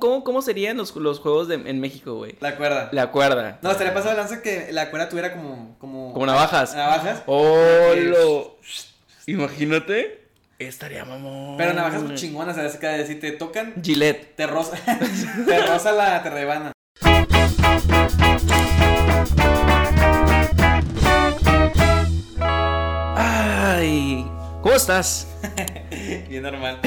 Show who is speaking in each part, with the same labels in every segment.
Speaker 1: cómo, cómo serían los, los juegos de- en México, güey?
Speaker 2: La cuerda.
Speaker 1: La cuerda.
Speaker 2: No, estaría pasado de lanza que la cuerda tuviera como. Como,
Speaker 1: Como navajas. Oh,
Speaker 2: navajas.
Speaker 1: ¡Holo! Imagínate. Estaría mamón.
Speaker 2: Pero navajas muy
Speaker 1: chingón.
Speaker 2: chingonas, ¿sabes? Que si te tocan,
Speaker 1: Gillette.
Speaker 2: te rosa, te rosa la te rebana.
Speaker 1: Ay. ¿Cómo estás?
Speaker 2: Bien normal.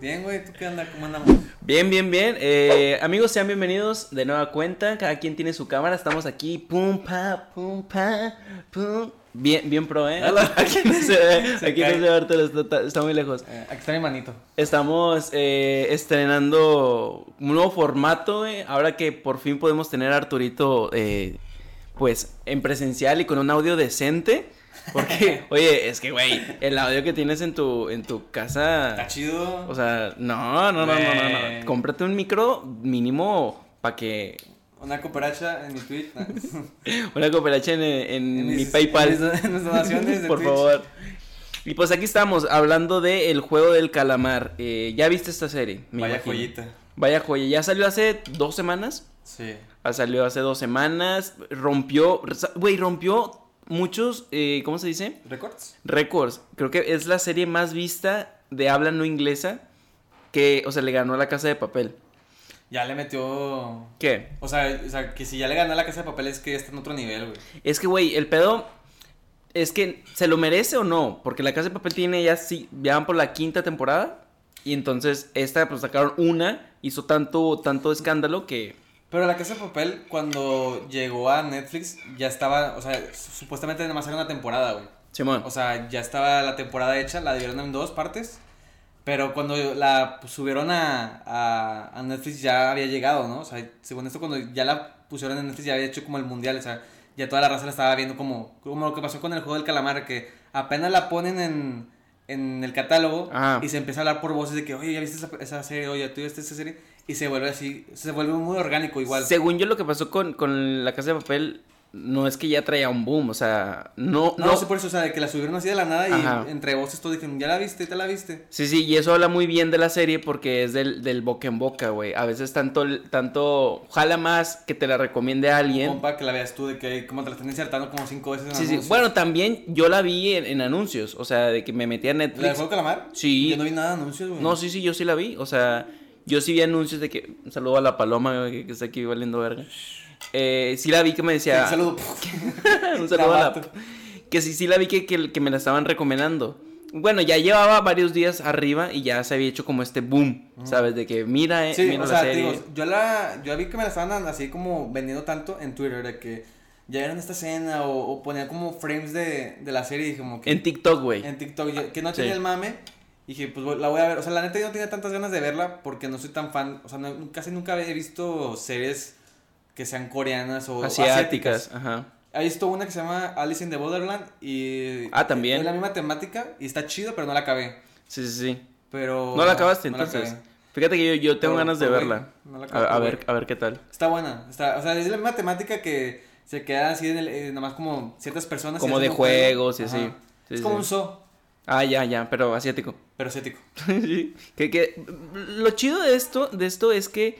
Speaker 2: Bien, güey, ¿tú qué onda? ¿Cómo andamos?
Speaker 1: Bien, bien, bien. Eh, amigos, sean bienvenidos de nueva cuenta. Cada quien tiene su cámara. Estamos aquí. Pum, pa, pum, pa, pum. Bien, bien pro, ¿eh?
Speaker 2: Hola.
Speaker 1: Aquí no se ve.
Speaker 2: Se
Speaker 1: Aquí no
Speaker 2: cae.
Speaker 1: se ve, ahorita está, está muy lejos.
Speaker 2: Eh, aquí está mi manito.
Speaker 1: Estamos eh, estrenando un nuevo formato, güey. Ahora que por fin podemos tener a Arturito, eh, pues, en presencial y con un audio decente. Porque, oye, es que, güey, el audio que tienes en tu, en tu casa...
Speaker 2: Está chido.
Speaker 1: O sea, no, no, no, no, no,
Speaker 2: Güey.
Speaker 1: no. Cómprate un micro mínimo para que
Speaker 2: Una cooperacha en mi tweet. En,
Speaker 1: una cooperacha en, en mi
Speaker 2: mis-
Speaker 1: PayPal.
Speaker 2: En mis, en mis donaciones de
Speaker 1: Por
Speaker 2: Twitch.
Speaker 1: favor. Y pues aquí estamos hablando de El juego del calamar. Eh, ya viste esta serie. Me
Speaker 2: Vaya
Speaker 1: imagino.
Speaker 2: joyita.
Speaker 1: Vaya joya. Ya salió hace dos semanas.
Speaker 2: Sí.
Speaker 1: Ah, Salió hace dos semanas. Rompió. Güey, rompió muchos. eh, ¿Cómo se dice?
Speaker 2: ¿Records?
Speaker 1: Records. Creo que es la serie más vista de habla no inglesa. Que, o sea, le ganó a la casa de papel.
Speaker 2: Ya le metió.
Speaker 1: ¿Qué?
Speaker 2: O sea, o sea, que si ya le ganó a la casa de papel es que ya está en otro nivel, güey.
Speaker 1: Es que, güey, el pedo es que se lo merece o no, porque la Casa de Papel tiene ya sí, ya van por la quinta temporada y entonces esta pues sacaron una, hizo tanto tanto escándalo que
Speaker 2: Pero la casa de papel, cuando llegó a Netflix, ya estaba. O sea, supuestamente nada más era una temporada, güey.
Speaker 1: Simón,
Speaker 2: O sea, ya estaba la temporada hecha, la dividieron en dos partes. Pero cuando la subieron a, a, a Netflix ya había llegado, ¿no? O sea, según esto, cuando ya la pusieron en Netflix ya había hecho como el mundial, o sea, ya toda la raza la estaba viendo como, como lo que pasó con el juego del calamar, que apenas la ponen en, en el catálogo
Speaker 1: Ajá.
Speaker 2: y se empieza a hablar por voces de que, oye, ya viste esa, esa serie, oye, tú ya viste esa serie, y se vuelve así, se vuelve muy orgánico igual.
Speaker 1: según yo lo que pasó con, con la Casa de Papel no es que ya traía un boom, o sea, no
Speaker 2: no,
Speaker 1: no,
Speaker 2: sé por eso, o sea, de que la subieron así de la nada y
Speaker 1: Ajá.
Speaker 2: entre voces todos dijeron, ya la viste, ya la viste.
Speaker 1: Sí, sí, y eso habla muy bien de la serie porque es del, del boca en boca, güey. A veces tanto, tanto jala más que te la recomiende a alguien.
Speaker 2: compa que la veas tú de que como te la están insertando como cinco veces en
Speaker 1: Sí, sí.
Speaker 2: anuncios.
Speaker 1: Bueno, también yo la vi en, en anuncios, o sea, de que me metí a
Speaker 2: ¿La de
Speaker 1: Netflix.
Speaker 2: Juego Calamar?
Speaker 1: Sí.
Speaker 2: Yo no vi nada de anuncios, güey.
Speaker 1: No, sí, sí, yo sí la vi. O sea, yo sí vi anuncios de que. Un saludo a la paloma güey, que, que está aquí valiendo verga. Eh, sí la vi que me decía.
Speaker 2: Un saludo.
Speaker 1: un saludo a la.
Speaker 2: Gabato.
Speaker 1: Que sí, sí la vi que, que, que me la estaban recomendando. Bueno, ya llevaba varios días arriba y ya se había hecho como este boom, ¿sabes? De que mira, eh,
Speaker 2: Sí,
Speaker 1: mira la
Speaker 2: o sea, te
Speaker 1: serie.
Speaker 2: digo, yo la, yo vi que me la estaban así como vendiendo tanto en Twitter de que ya eran esta escena o, o ponían como frames de, de la serie y dije como que
Speaker 1: En TikTok, güey.
Speaker 2: en TikTok, yo- que no
Speaker 1: Sí.
Speaker 2: tenía el mame. Y dije, pues voy- la voy a ver. O sea, la neta yo no tenía tantas ganas de verla porque no soy tan fan. O sea, no- casi nunca he visto series que sean coreanas o
Speaker 1: Asiáticas, ajá.
Speaker 2: He visto una que se llama Alice in the Borderland y...
Speaker 1: Ah, también.
Speaker 2: Es la misma temática y está chido, pero no la acabé.
Speaker 1: Sí, sí, sí.
Speaker 2: Pero...
Speaker 1: ¿No la acabaste
Speaker 2: no la
Speaker 1: entonces?
Speaker 2: acabé.
Speaker 1: Fíjate que yo, yo tengo
Speaker 2: Por-
Speaker 1: ganas de
Speaker 2: por
Speaker 1: verla.
Speaker 2: güey, no
Speaker 1: A,
Speaker 2: la acabé
Speaker 1: a
Speaker 2: por
Speaker 1: ver,
Speaker 2: güey.
Speaker 1: a ver qué tal.
Speaker 2: Está buena. Está, o sea, es la misma temática que se queda así en el... eh, nada más como ciertas personas...
Speaker 1: Como
Speaker 2: y
Speaker 1: de
Speaker 2: hacen un juego.
Speaker 1: juegos y así.
Speaker 2: Ajá.
Speaker 1: Sí,
Speaker 2: es
Speaker 1: sí,
Speaker 2: como
Speaker 1: sí.
Speaker 2: un zoo,
Speaker 1: Ah, ya, ya, pero asiático.
Speaker 2: pero asiático.
Speaker 1: Sí. que, que- lo chido de esto, de esto es que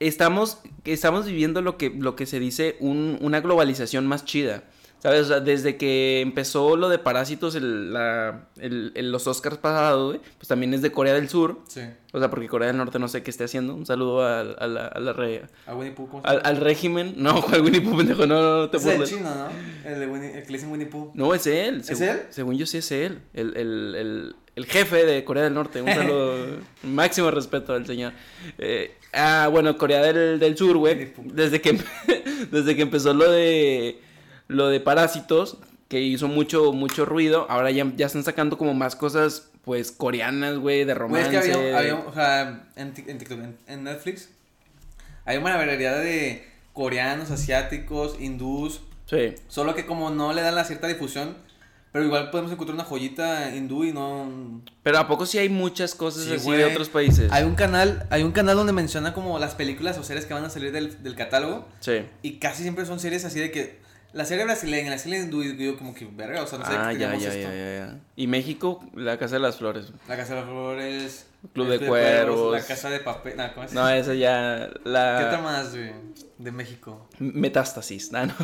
Speaker 1: estamos, que estamos viviendo lo que, lo que se dice un- una globalización más chida. ¿Sabes? O sea, desde que empezó lo de Parásitos, el- la- el- el- los Oscars pasados, güey, pues también es de Corea del Sur.
Speaker 2: Sí.
Speaker 1: O sea, porque Corea del Norte no sé qué esté haciendo. Un saludo al- a, la, a la re-
Speaker 2: A Winnie Pooh, ¿cómo se
Speaker 1: al, al régimen. No, Juan Winnie Pooh, pendejo, no, no, no te
Speaker 2: Es el
Speaker 1: burles.
Speaker 2: chino, ¿no? El, de Winnie, el que le dicen Winnie Pooh.
Speaker 1: No, es él.
Speaker 2: ¿Es
Speaker 1: según-
Speaker 2: él?
Speaker 1: Según yo sí es él. El, el- el- el jefe de Corea del Norte. Un saludo. máximo respeto al señor. Eh, ah, bueno, Corea del, del Sur, güey. Desde que, empe- desde que empezó lo de, lo de Parásitos, que hizo mucho, mucho ruido, ahora ya, ya están sacando como más cosas, pues, coreanas, güey, de
Speaker 2: Güey,
Speaker 1: romance.
Speaker 2: es que
Speaker 1: de-
Speaker 2: había, había o sea, en, Tik- en TikTok, en, en Netflix, hay una variedad de coreanos, asiáticos, hindús,
Speaker 1: Sí.
Speaker 2: solo que como no le dan la cierta difusión, pero igual podemos encontrar una joyita hindú y no...
Speaker 1: Pero ¿a poco sí hay muchas cosas
Speaker 2: Sí,
Speaker 1: así
Speaker 2: güey.
Speaker 1: de otros países?
Speaker 2: Hay un canal, hay un canal donde menciona como las películas o series que van a salir del, del catálogo
Speaker 1: Sí.
Speaker 2: y casi siempre son series así de que La serie brasileña, la serie hindú, yo como que verga, o sea, no sé
Speaker 1: ah,
Speaker 2: que
Speaker 1: ya,
Speaker 2: tenemos
Speaker 1: ya,
Speaker 2: esto.
Speaker 1: ya, ya, ya. Y México, la Casa de las Flores.
Speaker 2: La Casa de las Flores.
Speaker 1: Club
Speaker 2: el
Speaker 1: de Cuervos.
Speaker 2: La Casa de Papel. nah, ¿cómo es?
Speaker 1: No, esa ya,
Speaker 2: ¿Qué otra
Speaker 1: la
Speaker 2: más, güey? De México.
Speaker 1: Metástasis, nah, no.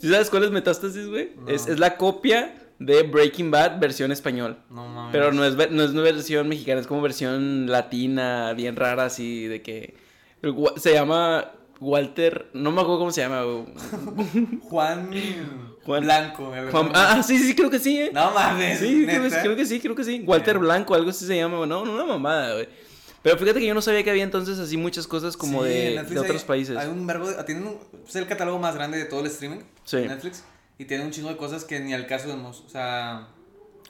Speaker 1: ¿Sí sabes cuál es Metástasis, güey?
Speaker 2: No.
Speaker 1: Es, es la copia de Breaking Bad versión español.
Speaker 2: No mames.
Speaker 1: Pero no es, ve- no es una versión mexicana, es como versión latina, bien rara, así, de que... el gua- Se llama Walter... No me acuerdo cómo se llama, güey.
Speaker 2: Juan.
Speaker 1: Juan-
Speaker 2: Blanco, güey.
Speaker 1: Juan- Ah, ah, sí, sí, creo que sí, ¿eh?
Speaker 2: No mames.
Speaker 1: Sí, creo que,
Speaker 2: ¿neta?
Speaker 1: creo que sí, creo que sí. Walter Blanco, algo así se llama, güey. No, no, una mamada, güey. Pero fíjate que yo no sabía que había entonces así muchas cosas como
Speaker 2: Sí, en
Speaker 1: de,
Speaker 2: Netflix
Speaker 1: de
Speaker 2: hay-
Speaker 1: otros países.
Speaker 2: Hay un verbo, de- tienen un- es el catálogo más grande de todo el streaming.
Speaker 1: Sí.
Speaker 2: Netflix. Y tienen un chingo de cosas que ni al caso de Moss. O sea,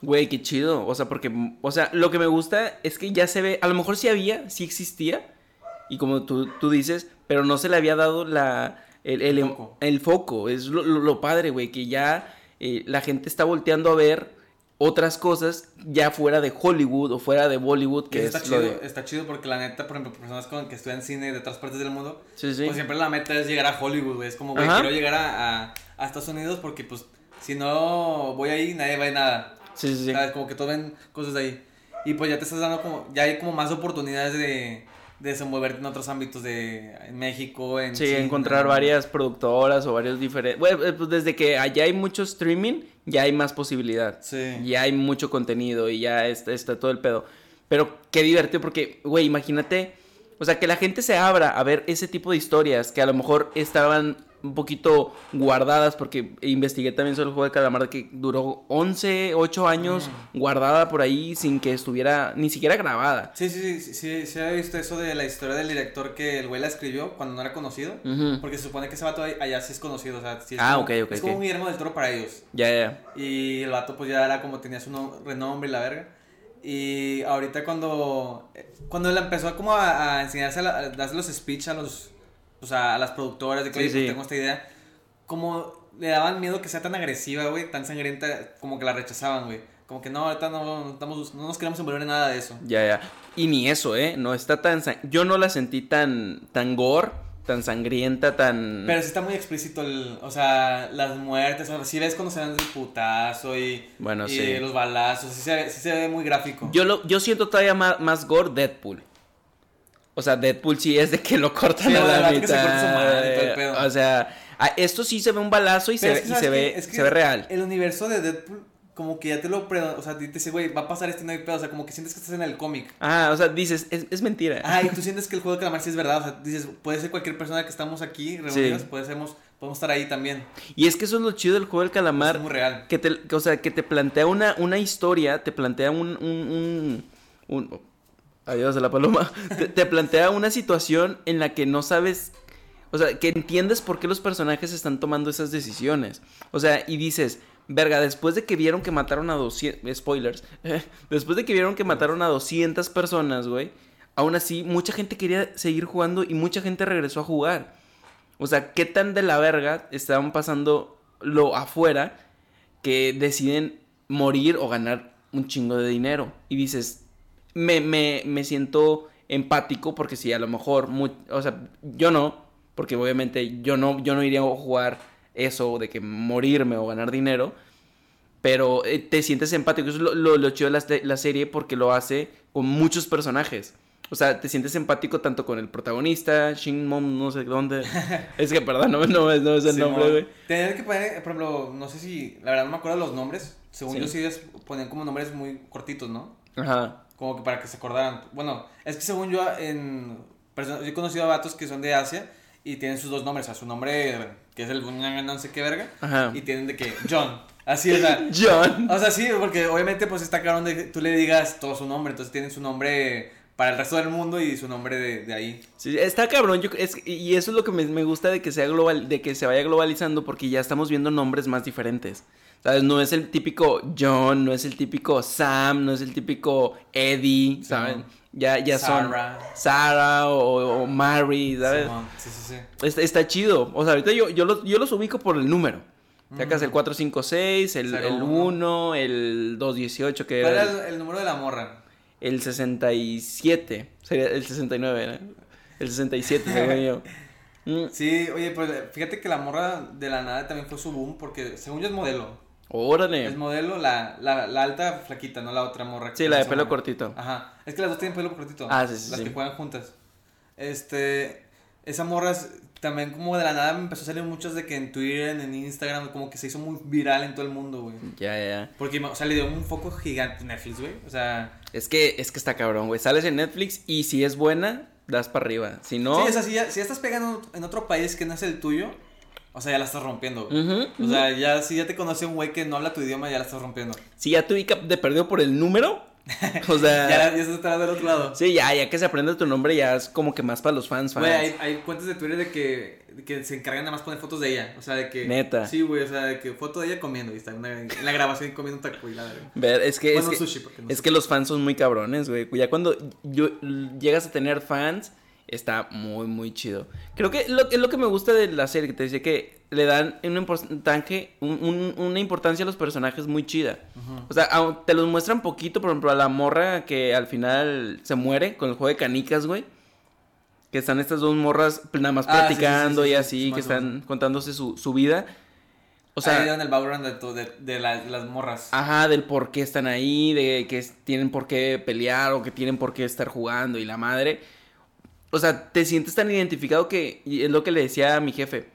Speaker 1: Güey, qué chido. O sea, porque, o sea, lo que me gusta es que ya se ve, a lo mejor sí había, sí existía, y como tú, tú dices, pero no se le había dado la, el, el,
Speaker 2: El foco.
Speaker 1: el foco. Es lo, lo- lo padre, güey, que ya eh, la gente está volteando a ver otras cosas ya fuera de Hollywood o fuera de Bollywood,
Speaker 2: que
Speaker 1: que
Speaker 2: está
Speaker 1: es lo
Speaker 2: chido,
Speaker 1: de...
Speaker 2: está chido porque la neta, por ejemplo, personas con que estudian cine de otras partes del mundo,
Speaker 1: Sí, sí.
Speaker 2: pues siempre la meta es llegar a Hollywood, güey. Es como, güey,
Speaker 1: Ajá.
Speaker 2: quiero llegar a, a, a Estados Unidos porque, pues, si no voy ahí, nadie ve nada.
Speaker 1: Sí, sí, sí.
Speaker 2: ¿Sabes? Como que todos ven cosas de ahí. Y pues ya te estás dando como, ya hay como más oportunidades de, de desenvolverte en otros ámbitos de en México, en
Speaker 1: Sí,
Speaker 2: China,
Speaker 1: encontrar varias productoras o varios diferentes... Bueno, eh, pues desde que allá hay mucho streaming, ya hay más posibilidad.
Speaker 2: Sí.
Speaker 1: ya hay mucho contenido y ya está, está todo el pedo. Pero qué divertido porque, güey, imagínate, o sea, que la gente se abra a ver ese tipo de historias que a lo mejor estaban un poquito guardadas porque investigué también sobre el juego de calamar que duró 11, 8 años
Speaker 2: Mm.
Speaker 1: guardada por ahí sin que estuviera ni siquiera grabada.
Speaker 2: Sí, sí, sí, sí, sí, sí había visto eso de la historia del director que el güey la escribió cuando no era conocido.
Speaker 1: Ujú.
Speaker 2: Porque se supone que ese vato ahí- allá sí es conocido, o sea, sí es
Speaker 1: Ah,
Speaker 2: como,
Speaker 1: ok, ok,
Speaker 2: es como
Speaker 1: ok.
Speaker 2: un Guillermo del Toro para ellos.
Speaker 1: Ya, ya.
Speaker 2: Y el vato pues ya era como tenía su no- renombre y la verga. Y ahorita cuando, cuando él empezó como a, a enseñarse, a, la- a darse los speech a los, o sea, a las productoras de que
Speaker 1: Sí,
Speaker 2: "Oye, pues,
Speaker 1: sí.
Speaker 2: tengo esta idea, como le daban miedo que sea tan agresiva, güey, tan sangrienta, como que la rechazaban, güey. Como que no, ahorita no, no estamos, no nos queremos envolver en nada de eso.
Speaker 1: Ya, ya. Y ni eso, ¿eh? No está tan... sang- Yo no la sentí tan, tan gore, tan sangrienta, tan...
Speaker 2: Pero sí está muy explícito, el, o sea, las muertes, o sea, sí ves cuando se dan el putazo y,
Speaker 1: Bueno,
Speaker 2: y
Speaker 1: sí.
Speaker 2: los balazos, sí se, ve- sí se ve muy gráfico.
Speaker 1: Yo, lo, yo siento todavía ma- más, gore Deadpool. O sea, Deadpool sí es de que lo cortan
Speaker 2: Sí,
Speaker 1: a
Speaker 2: o de
Speaker 1: la
Speaker 2: verdad que se corta su
Speaker 1: mitad.
Speaker 2: madre y todo el pedo.
Speaker 1: o sea, a- esto sí se ve un balazo y se,
Speaker 2: Pero
Speaker 1: ve-
Speaker 2: es que
Speaker 1: y
Speaker 2: ¿sabes
Speaker 1: se,
Speaker 2: qué?
Speaker 1: ve,
Speaker 2: Es que
Speaker 1: se ve real.
Speaker 2: El universo de Deadpool, como que ya te lo, pre- o sea, te dice, güey, va a pasar este no hay pedo, o sea, como que sientes que estás en el cómic.
Speaker 1: Ah, o sea, dices, es, es mentira.
Speaker 2: Ah, y tú sientes que el juego de calamar sí es verdad, o sea, dices, puede ser cualquier persona que estamos aquí reunidos,
Speaker 1: Sí.
Speaker 2: puede sermos- podemos estar ahí también.
Speaker 1: Y es que eso es lo chido del juego del calamar.
Speaker 2: Es muy real.
Speaker 1: Que te, que, o sea, que te plantea una, una historia, te plantea un... un, un, un- adiós a la paloma. te, te plantea una situación en la que no sabes... O sea, que entiendes por qué los personajes están tomando esas decisiones. O sea, y dices, verga, después de que vieron que mataron a 200... Spoilers. después de que vieron que mataron a 200 personas, güey. Aún así, mucha gente quería seguir jugando y mucha gente regresó a jugar. O sea, ¿qué tan de la verga estaban pasando lo afuera que deciden morir o ganar un chingo de dinero? Y dices, me, me, me siento empático porque si a lo mejor, mu- o sea, yo no, porque obviamente yo no, yo no iría a jugar eso de que morirme o ganar dinero, pero eh, te sientes empático. Eso es lo, lo, lo chido de la, se- la serie porque lo hace con muchos personajes. O sea, te sientes empático tanto con el protagonista, Shin Mom, no sé dónde. Es que, perdón, no, me- no, me- no es el
Speaker 2: Simón.
Speaker 1: nombre, güey.
Speaker 2: Tener que poner, eh, por ejemplo, no sé si, la verdad no me acuerdo los nombres, según
Speaker 1: Sí.
Speaker 2: yo sí ellos ponían como nombres muy cortitos, ¿no?
Speaker 1: Ajá.
Speaker 2: Como que para que se acordaran. Bueno, es que según yo, en... perso- Yo he conocido a vatos que son de Asia y tienen sus dos nombres. O sea, su nombre, que es el no sé qué verga.
Speaker 1: Ajá.
Speaker 2: Y tienen de que John. Así es. la-
Speaker 1: John.
Speaker 2: O sea, sí, porque obviamente pues está cabrón de que tú le digas todo su nombre. Entonces tienen su nombre para el resto del mundo y su nombre de, de ahí.
Speaker 1: Sí, está cabrón, yo- es- y eso es lo que me, me gusta de que sea global, de que se vaya globalizando, porque ya estamos viendo nombres más diferentes. ¿Sabes? No es el típico John, no es el típico Sam, no es el típico Eddie, ¿sabes?
Speaker 2: Simón.
Speaker 1: Ya, ya son
Speaker 2: Sarah.
Speaker 1: Sarah o, o Mary, ¿sabes?
Speaker 2: Simón, Sí, sí, sí.
Speaker 1: Está, está chido. O sea, ahorita yo, yo, los, yo los ubico por el número. Sacas el 456, el,
Speaker 2: Mm. Cero
Speaker 1: el
Speaker 2: uno.
Speaker 1: 1, el 218, que
Speaker 2: ¿Cuál
Speaker 1: era
Speaker 2: era
Speaker 1: el,
Speaker 2: el, el número de la morra?
Speaker 1: el 67. Sería el 69, ¿no? El 67, según yo. Mm.
Speaker 2: Sí, oye, pues fíjate que la morra de la nada también fue su boom, porque según yo es modelo.
Speaker 1: Órale.
Speaker 2: Es modelo la, la, la alta flaquita, no la otra morra. que
Speaker 1: Sí, la de
Speaker 2: se
Speaker 1: pelo
Speaker 2: llama.
Speaker 1: cortito.
Speaker 2: Ajá. Es que las dos tienen pelo cortito.
Speaker 1: Ah, sí, sí,
Speaker 2: Las
Speaker 1: sí.
Speaker 2: que juegan juntas. Este. Esa morra es- también, como de la nada, me empezó a salir muchas de que en Twitter, en Instagram, como que se hizo muy viral en todo el mundo, güey.
Speaker 1: Ya, ya.
Speaker 2: Porque, o sea, le dio un foco gigante Netflix, güey. O sea,
Speaker 1: Es que, es que está cabrón, güey. Sales en Netflix y si es buena, das para arriba. Si no.
Speaker 2: sí, o sea, si ya, si ya estás pegando en otro país que no es el tuyo, o sea, ya la estás rompiendo. güey.
Speaker 1: Ujú,
Speaker 2: O sea, ya si ya te conoce un güey que no habla tu idioma, ya la estás rompiendo.
Speaker 1: Si ya tu ICAP te perdió por el número. O sea.
Speaker 2: Ya, la- ya estás atrás del otro lado.
Speaker 1: Sí, ya, ya que se aprende tu nombre, ya es como que más para los fans, fans.
Speaker 2: Güey, hay, hay cuentas de Twitter de que, de que se encargan nada más poner fotos de ella. O sea, de que.
Speaker 1: Neta.
Speaker 2: Sí, güey, o sea, de que foto de ella comiendo. Y está en, una- en la grabación comiendo un taco y la verga.
Speaker 1: Ver, es que,
Speaker 2: Bueno,
Speaker 1: es, que
Speaker 2: sushi, porque no
Speaker 1: es
Speaker 2: sé.
Speaker 1: que los fans son muy cabrones, güey. Ya cuando yo- llegas a tener fans, está muy, muy chido. Creo que lo, es lo que me gusta de la serie, que te decía que le dan un importante, un- un- una importancia a los personajes muy chida.
Speaker 2: Ujú.
Speaker 1: O sea, au- te los muestran poquito, por ejemplo, a la morra que al final se muere con el juego de canicas, güey. Que están estas dos morras pl- nada más
Speaker 2: Ah, sí, sí, sí,
Speaker 1: platicando
Speaker 2: sí,
Speaker 1: y
Speaker 2: sí,
Speaker 1: así,
Speaker 2: sí,
Speaker 1: que
Speaker 2: más o
Speaker 1: están
Speaker 2: menos.
Speaker 1: contándose su, su vida. O sea, Ah,
Speaker 2: Ahí dan el background de, to- de, de la- de las morras.
Speaker 1: Ajá, del por qué están ahí, de que es- tienen por qué pelear o que tienen por qué estar jugando y la madre. O sea, te sientes tan identificado que y es lo que le decía a mi jefe,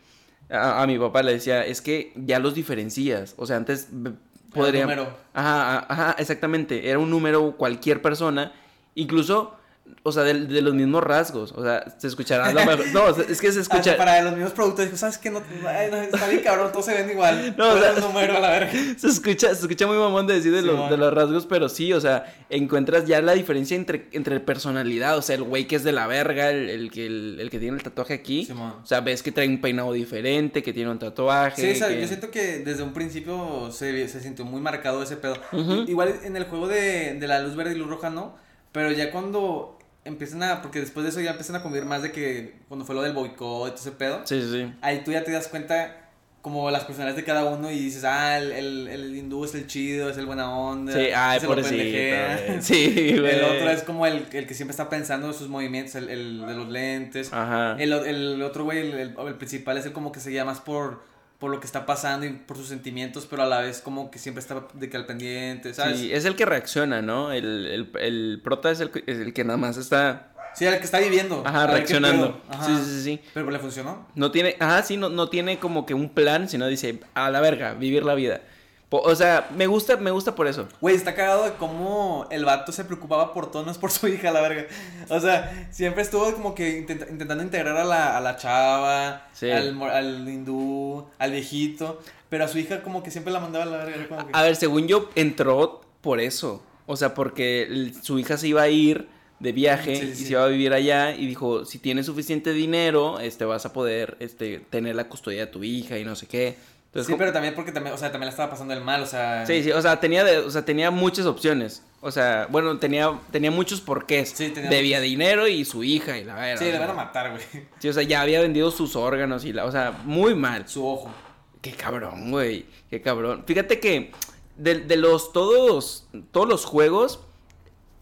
Speaker 1: a, a mi papá, le decía, es que ya los diferencias. O sea, antes b- podría...
Speaker 2: número.
Speaker 1: Ajá, a- ajá, exactamente. Era un número cualquier persona, incluso, o sea, del- de, los mismos rasgos. O sea, se escucharán... la mejor- No, o sea, es que se
Speaker 2: Hasta
Speaker 1: escucha...
Speaker 2: Ah, Para los mismos productos, dijo, ¿sabes qué? No, ay, no, está bien cabrón, todos se ven igual.
Speaker 1: No, o
Speaker 2: No,
Speaker 1: sea-
Speaker 2: un número a la verga.
Speaker 1: Se escucha, se escucha muy mamón de decir de, los-
Speaker 2: Simón.
Speaker 1: de los rasgos, pero sí, o sea, encuentras ya la diferencia entre, entre personalidad, o sea, el güey que es de la verga, el, el que, el, el que tiene el tatuaje aquí,
Speaker 2: Simón.
Speaker 1: o sea, ves que trae un peinado diferente, que tiene un tatuaje.
Speaker 2: Sí, o sea,
Speaker 1: que-
Speaker 2: yo siento que desde un principio se, se sintió muy marcado ese pedo.
Speaker 1: Ujú.
Speaker 2: I- Igual en el juego de, de la luz verde y luz roja no, pero ya cuando empiezan a, porque después de eso ya empiezan a convivir más de que cuando fue lo del boicot y todo ese pedo,
Speaker 1: Sí, sí, sí.
Speaker 2: ahí tú ya te das cuenta como las personalidades de cada uno y dices, ah, el, el, el hindú es el chido, es el buena onda.
Speaker 1: Sí, ay,
Speaker 2: ese lo
Speaker 1: pobrecito.
Speaker 2: pendejea.
Speaker 1: güey. Sí, güey.
Speaker 2: El otro es como el, el que siempre está pensando en sus movimientos, el, el de los lentes.
Speaker 1: Ajá.
Speaker 2: El, o- el otro güey, el, el- el principal, es el como que se guía más por, por lo que está pasando y por sus sentimientos, pero a la vez como que siempre está de que al pendiente, ¿sabes?
Speaker 1: Sí,
Speaker 2: Sí,
Speaker 1: es el que reacciona, ¿no? El, el, el prota es el, que- es el que nada más está
Speaker 2: el que está viviendo.
Speaker 1: ajá,
Speaker 2: a ver qué
Speaker 1: reaccionando.
Speaker 2: pedo. Ajá.
Speaker 1: Sí, sí, sí, sí.
Speaker 2: Pero le funcionó.
Speaker 1: No tiene, ajá, sí, no, no tiene como que un plan, sino dice, a la verga, vivir la vida. Po- o sea, me gusta, me gusta por eso.
Speaker 2: Güey, está cagado de cómo el vato se preocupaba por todo, no es por su hija, la verga. O sea, siempre estuvo como que intenta- intentando integrar a la, a la chava,
Speaker 1: Sí.
Speaker 2: al, mor- al hindú, al viejito, pero a su hija como que siempre la mandaba a la verga. era como que-
Speaker 1: A ver, según yo, entró por eso. O sea, porque el- su hija se iba a ir de viaje
Speaker 2: Sí, sí,
Speaker 1: y
Speaker 2: sí.
Speaker 1: se iba a vivir allá y dijo, si tienes suficiente dinero, este, vas a poder, este, tener la custodia de tu hija y no sé qué. Entonces,
Speaker 2: sí,
Speaker 1: como-
Speaker 2: pero también porque también, o sea, también la estaba pasando el mal, o sea.
Speaker 1: sí, sí, o sea, tenía, de- o sea, tenía muchas opciones. O sea, bueno, tenía, tenía muchos porqués.
Speaker 2: Sí, tenía
Speaker 1: Debía dinero y su hija y la verga.
Speaker 2: Sí,
Speaker 1: o
Speaker 2: le
Speaker 1: sea.
Speaker 2: van a matar, güey.
Speaker 1: Sí, o sea, ya había vendido sus órganos y la, o sea, muy mal.
Speaker 2: Su ojo.
Speaker 1: Qué cabrón, güey. Qué cabrón. Fíjate que de, de los todos todos los juegos,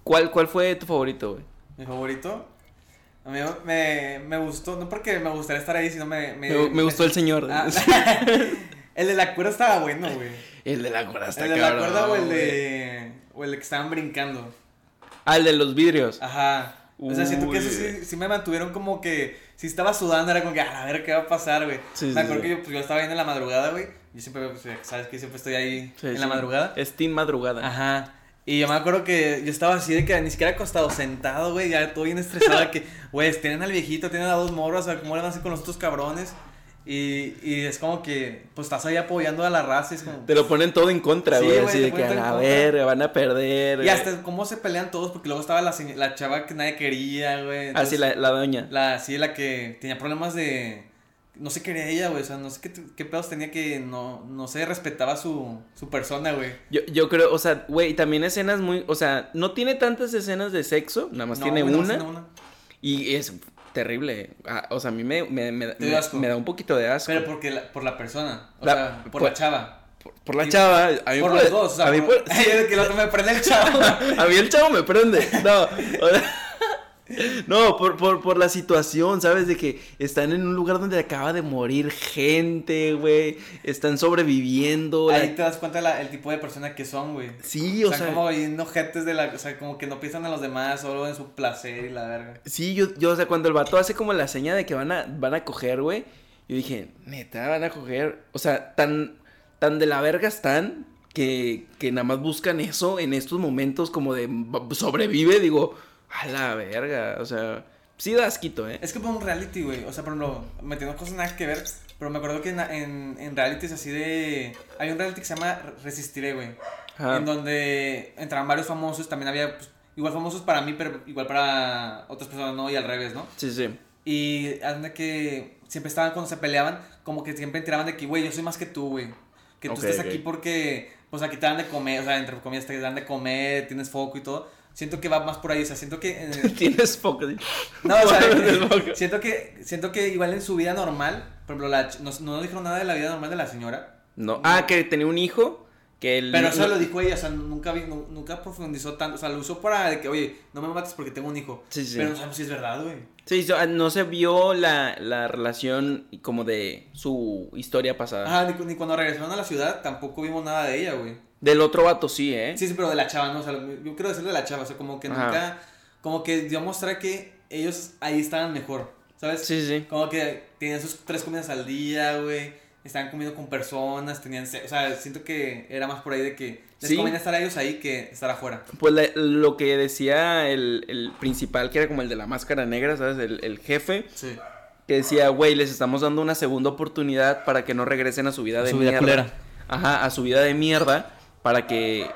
Speaker 1: ¿cuál cuál fue tu favorito, güey?
Speaker 2: Mi favorito. A mí me, me gustó, no porque me gustaría estar ahí, sino me... Me,
Speaker 1: Me, me gustó el señor.
Speaker 2: Ah, el de la cuerda estaba bueno, güey.
Speaker 1: El de la cuerda está
Speaker 2: el de la
Speaker 1: cabrón.
Speaker 2: cuerda o el
Speaker 1: güey.
Speaker 2: de... O el que estaban brincando.
Speaker 1: Ah, el de los vidrios.
Speaker 2: Ajá. O sea, siento que eso
Speaker 1: Uy.
Speaker 2: sí, sí me mantuvieron como que... Si estaba sudando era como que, "Ah, a ver, ¿qué va a pasar, güey?
Speaker 1: Sí, sí,
Speaker 2: me acuerdo
Speaker 1: sí.
Speaker 2: que yo, pues, yo estaba viendo en la madrugada, güey. Yo siempre, pues, sabes que siempre estoy ahí
Speaker 1: Sí,
Speaker 2: en
Speaker 1: sí.
Speaker 2: la madrugada.
Speaker 1: Es Team Madrugada.
Speaker 2: Ajá. Y yo me acuerdo que yo estaba así de que ni siquiera acostado, sentado, güey, ya todo bien estresado. de que, güey, tienen al viejito, tienen a dos morros, o sea, ¿cómo le van a hacer con los otros cabrones? Y, y es como que, pues estás ahí apoyando a la raza, y es como.
Speaker 1: Te lo ponen todo en contra,
Speaker 2: Sí,
Speaker 1: güey.
Speaker 2: güey,
Speaker 1: así
Speaker 2: te
Speaker 1: de que
Speaker 2: ponen
Speaker 1: a
Speaker 2: todo en
Speaker 1: la
Speaker 2: contra.
Speaker 1: verga, van a perder.
Speaker 2: Y
Speaker 1: güey.
Speaker 2: hasta cómo se pelean todos, porque luego estaba la, señ- la chava que nadie quería, güey.
Speaker 1: Ah, sí,
Speaker 2: entonces,
Speaker 1: la, la doña.
Speaker 2: la. Sí, la que tenía problemas de. No se quería ella, güey, o sea, no sé qué, qué pedos tenía que no, no se respetaba su, su persona, güey.
Speaker 1: Yo, yo creo, o sea, güey, también escenas muy, o sea, no tiene tantas escenas de sexo, nada más
Speaker 2: No,
Speaker 1: tiene
Speaker 2: güey, no,
Speaker 1: una,
Speaker 2: sí, no, una.
Speaker 1: y es terrible. Ah, o sea, a mí me, me, me,
Speaker 2: Te dio
Speaker 1: me-
Speaker 2: asco.
Speaker 1: me da un poquito de asco.
Speaker 2: Pero porque la- por la persona, o
Speaker 1: La-
Speaker 2: sea, por
Speaker 1: por-
Speaker 2: la chava.
Speaker 1: por, por la chava, a mí
Speaker 2: Por
Speaker 1: por-
Speaker 2: los dos, o sea,
Speaker 1: a mí
Speaker 2: por-
Speaker 1: por-
Speaker 2: Yo de que el otro me prende el chavo.
Speaker 1: a mí el chavo me prende. No, o sea, No, por, por, por la situación, ¿sabes? De que están en un lugar donde acaba de morir gente, güey. Están sobreviviendo. la-
Speaker 2: Ahí te das cuenta la- el tipo de persona que son, güey.
Speaker 1: Sí,
Speaker 2: O
Speaker 1: o
Speaker 2: sea,
Speaker 1: sea.
Speaker 2: como bien ojetes de la. O sea, como que no piensan en los demás, solo en su placer y la verga.
Speaker 1: Sí, yo, yo, o sea, cuando el vato hace como la seña de que van a, van a coger, güey. Yo dije, neta, van a coger. O sea, tan, tan de la verga están que, que nada más buscan eso en estos momentos como de "Va- sobrevive. Digo, a la verga. O sea, sí da asquito, ¿eh?
Speaker 2: Es que como un reality, güey. O sea, por ejemplo, metiendo cosas nada que ver. Pero me acuerdo que en, en, en realities así de. Hay un reality que se llama Resistiré, güey.
Speaker 1: Ajá.
Speaker 2: En donde entraban varios famosos. También había. pues, igual famosos para mí, pero igual para otras personas, ¿no? Y al revés, ¿no?
Speaker 1: Sí, sí.
Speaker 2: Y anda que siempre estaban cuando se peleaban, como que siempre tiraban de que, güey, yo soy más que tú, güey. Que tú
Speaker 1: Ok,
Speaker 2: estás
Speaker 1: ok.
Speaker 2: aquí porque, pues aquí te dan de comer, o sea, entre comillas te dan de comer, tienes foco y todo. Siento que va más por ahí, o sea, siento que... eh,
Speaker 1: Tienes poco.
Speaker 2: no, o sea,
Speaker 1: Tienes poco.
Speaker 2: eh, siento que, siento que igual en su vida normal, por ejemplo, la ch- no, no dijeron nada de la vida normal de la señora.
Speaker 1: No. Ah, que tenía un hijo. Que el-
Speaker 2: Pero eso lo dijo ella, o sea, nunca, vi- nu- nunca profundizó tanto, o sea, lo usó para de que, oye, no me mates porque tengo un hijo.
Speaker 1: Sí, sí.
Speaker 2: Pero no sabemos si es verdad, güey.
Speaker 1: Sí, so- ah, no se vio la, la relación como de su historia pasada.
Speaker 2: Ajá, ni, cu- ni cuando regresaron a la ciudad tampoco vimos nada de ella, güey.
Speaker 1: Del otro vato sí, ¿eh?
Speaker 2: Sí, sí, pero de la chava, ¿no? O sea, lo- yo quiero decirle de la chava, o sea, como que
Speaker 1: Ajá.
Speaker 2: nunca, como que dio a mostrar que ellos ahí estaban mejor, ¿sabes?
Speaker 1: Sí, sí, sí.
Speaker 2: Como que tenían sus tres comidas al día, güey, estaban comiendo con personas, tenían, se- o sea, siento que era más por ahí de que les
Speaker 1: Sí.
Speaker 2: convenía estar a ellos ahí que estar afuera.
Speaker 1: Pues la- lo que decía el, el principal, que era como el de la máscara negra, ¿sabes? El, el jefe,
Speaker 2: Sí.
Speaker 1: que decía, güey, les estamos dando una segunda oportunidad para que no regresen a su vida
Speaker 2: A
Speaker 1: de
Speaker 2: su vida
Speaker 1: mierda.
Speaker 2: culera.
Speaker 1: Ajá, a su vida de mierda, para que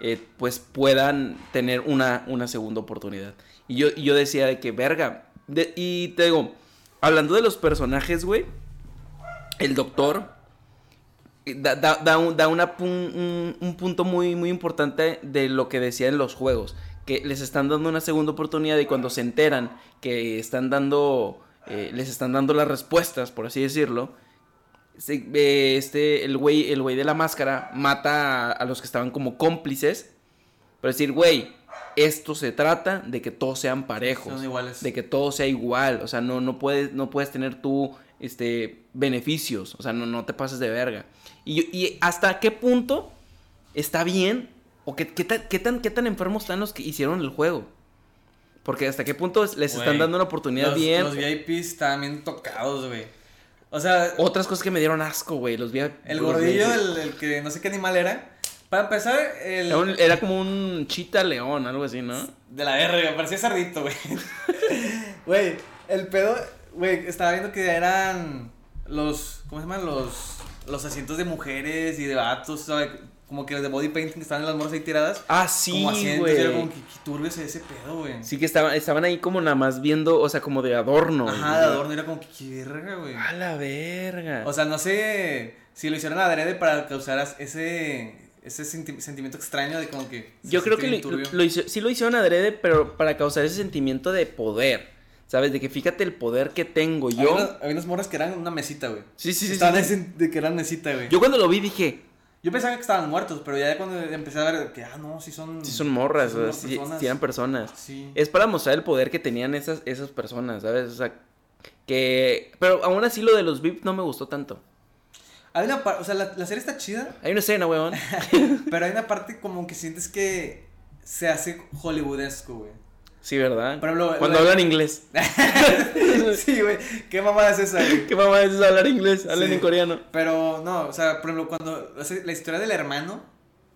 Speaker 1: eh, pues puedan tener una, una segunda oportunidad. Y yo, y yo decía de que, verga. de- y te digo, hablando de los personajes, güey, el doctor, da, da- da un, da una pun- un, un punto muy, muy importante de lo que decía en los juegos. Que les están dando una segunda oportunidad y cuando se enteran que están dando. eh, les están dando las respuestas, por así decirlo. se- eh, este, el güey, el güey de la máscara mata a, a los que estaban como cómplices. Pero decir, güey, esto se trata de que todos sean parejos
Speaker 2: Son iguales.
Speaker 1: de que todo sea igual, o sea, no, no, puedes, no puedes tener tú este, beneficios, o sea, no, no te pases de verga. Y, yo- y hasta qué punto está bien, o qué, qué, tan, qué, tan, qué tan enfermos están los que hicieron el juego. Porque hasta qué punto les están
Speaker 2: Güey,
Speaker 1: dando una oportunidad
Speaker 2: los,
Speaker 1: bien. Oh,
Speaker 2: Los VIPs estaban bien tocados, güey. O sea,
Speaker 1: Otras cosas que me dieron asco, güey, los vi. a-
Speaker 2: el
Speaker 1: los vi-
Speaker 2: gordillo, el, el que no sé qué animal era. Para empezar, el...
Speaker 1: Era, un- era como un chita león, algo así, ¿no?
Speaker 2: De la verga, parecía cerdito, güey. Güey, el pedo, güey, estaba viendo que eran los, ¿cómo se llaman? Los, los asientos de mujeres y de vatos, ¿sabes? Como que los de body painting que estaban en las morras ahí tiradas.
Speaker 1: Ah,
Speaker 2: como
Speaker 1: sí,
Speaker 2: asientos, y era como
Speaker 1: güey.
Speaker 2: que, qué turbio es ese pedo, güey.
Speaker 1: Sí que estaban, estaban ahí como nada más viendo, o sea, como de adorno.
Speaker 2: Ajá,
Speaker 1: güey.
Speaker 2: de adorno, era como que, qué verga, güey.
Speaker 1: A la verga.
Speaker 2: O sea, no sé si lo hicieron adrede para causar as- ese, ese senti- sentimiento extraño de como que. se
Speaker 1: Yo creo que
Speaker 2: siente bien
Speaker 1: lo,
Speaker 2: turbio.
Speaker 1: lo hizo- sí lo hicieron adrede, pero para causar ese sentimiento de poder, ¿sabes? De que fíjate el poder que tengo
Speaker 2: Había
Speaker 1: yo.
Speaker 2: unas, había unas morras que eran una mesita, güey.
Speaker 1: Sí, sí, sí,
Speaker 2: Estaban
Speaker 1: sí.
Speaker 2: ahí sen- de que eran mesita, güey.
Speaker 1: Yo cuando lo vi dije,
Speaker 2: Yo pensaba que estaban muertos, pero ya cuando empecé a ver que, ah, no, sí son...
Speaker 1: si son morras,
Speaker 2: sí son
Speaker 1: o sea, sí-
Speaker 2: unas personas.
Speaker 1: sí eran personas.
Speaker 2: Sí.
Speaker 1: Es para mostrar el poder que tenían esas, esas personas, ¿sabes? O sea, que... Pero aún así lo de los VIP no me gustó tanto.
Speaker 2: Hay una parte, o sea, la, la serie está chida,
Speaker 1: Hay una escena, weón.
Speaker 2: pero hay una parte como que sientes que se hace hollywoodesco, güey.
Speaker 1: Sí, ¿verdad?
Speaker 2: Por ejemplo,
Speaker 1: cuando
Speaker 2: la-
Speaker 1: hablan inglés.
Speaker 2: sí, güey, qué mamada es esa, güey.
Speaker 1: ¿Qué mamá es hablar inglés? Hablan
Speaker 2: Sí.
Speaker 1: en coreano.
Speaker 2: Pero, no, o sea, por ejemplo, cuando o sea, la historia del hermano,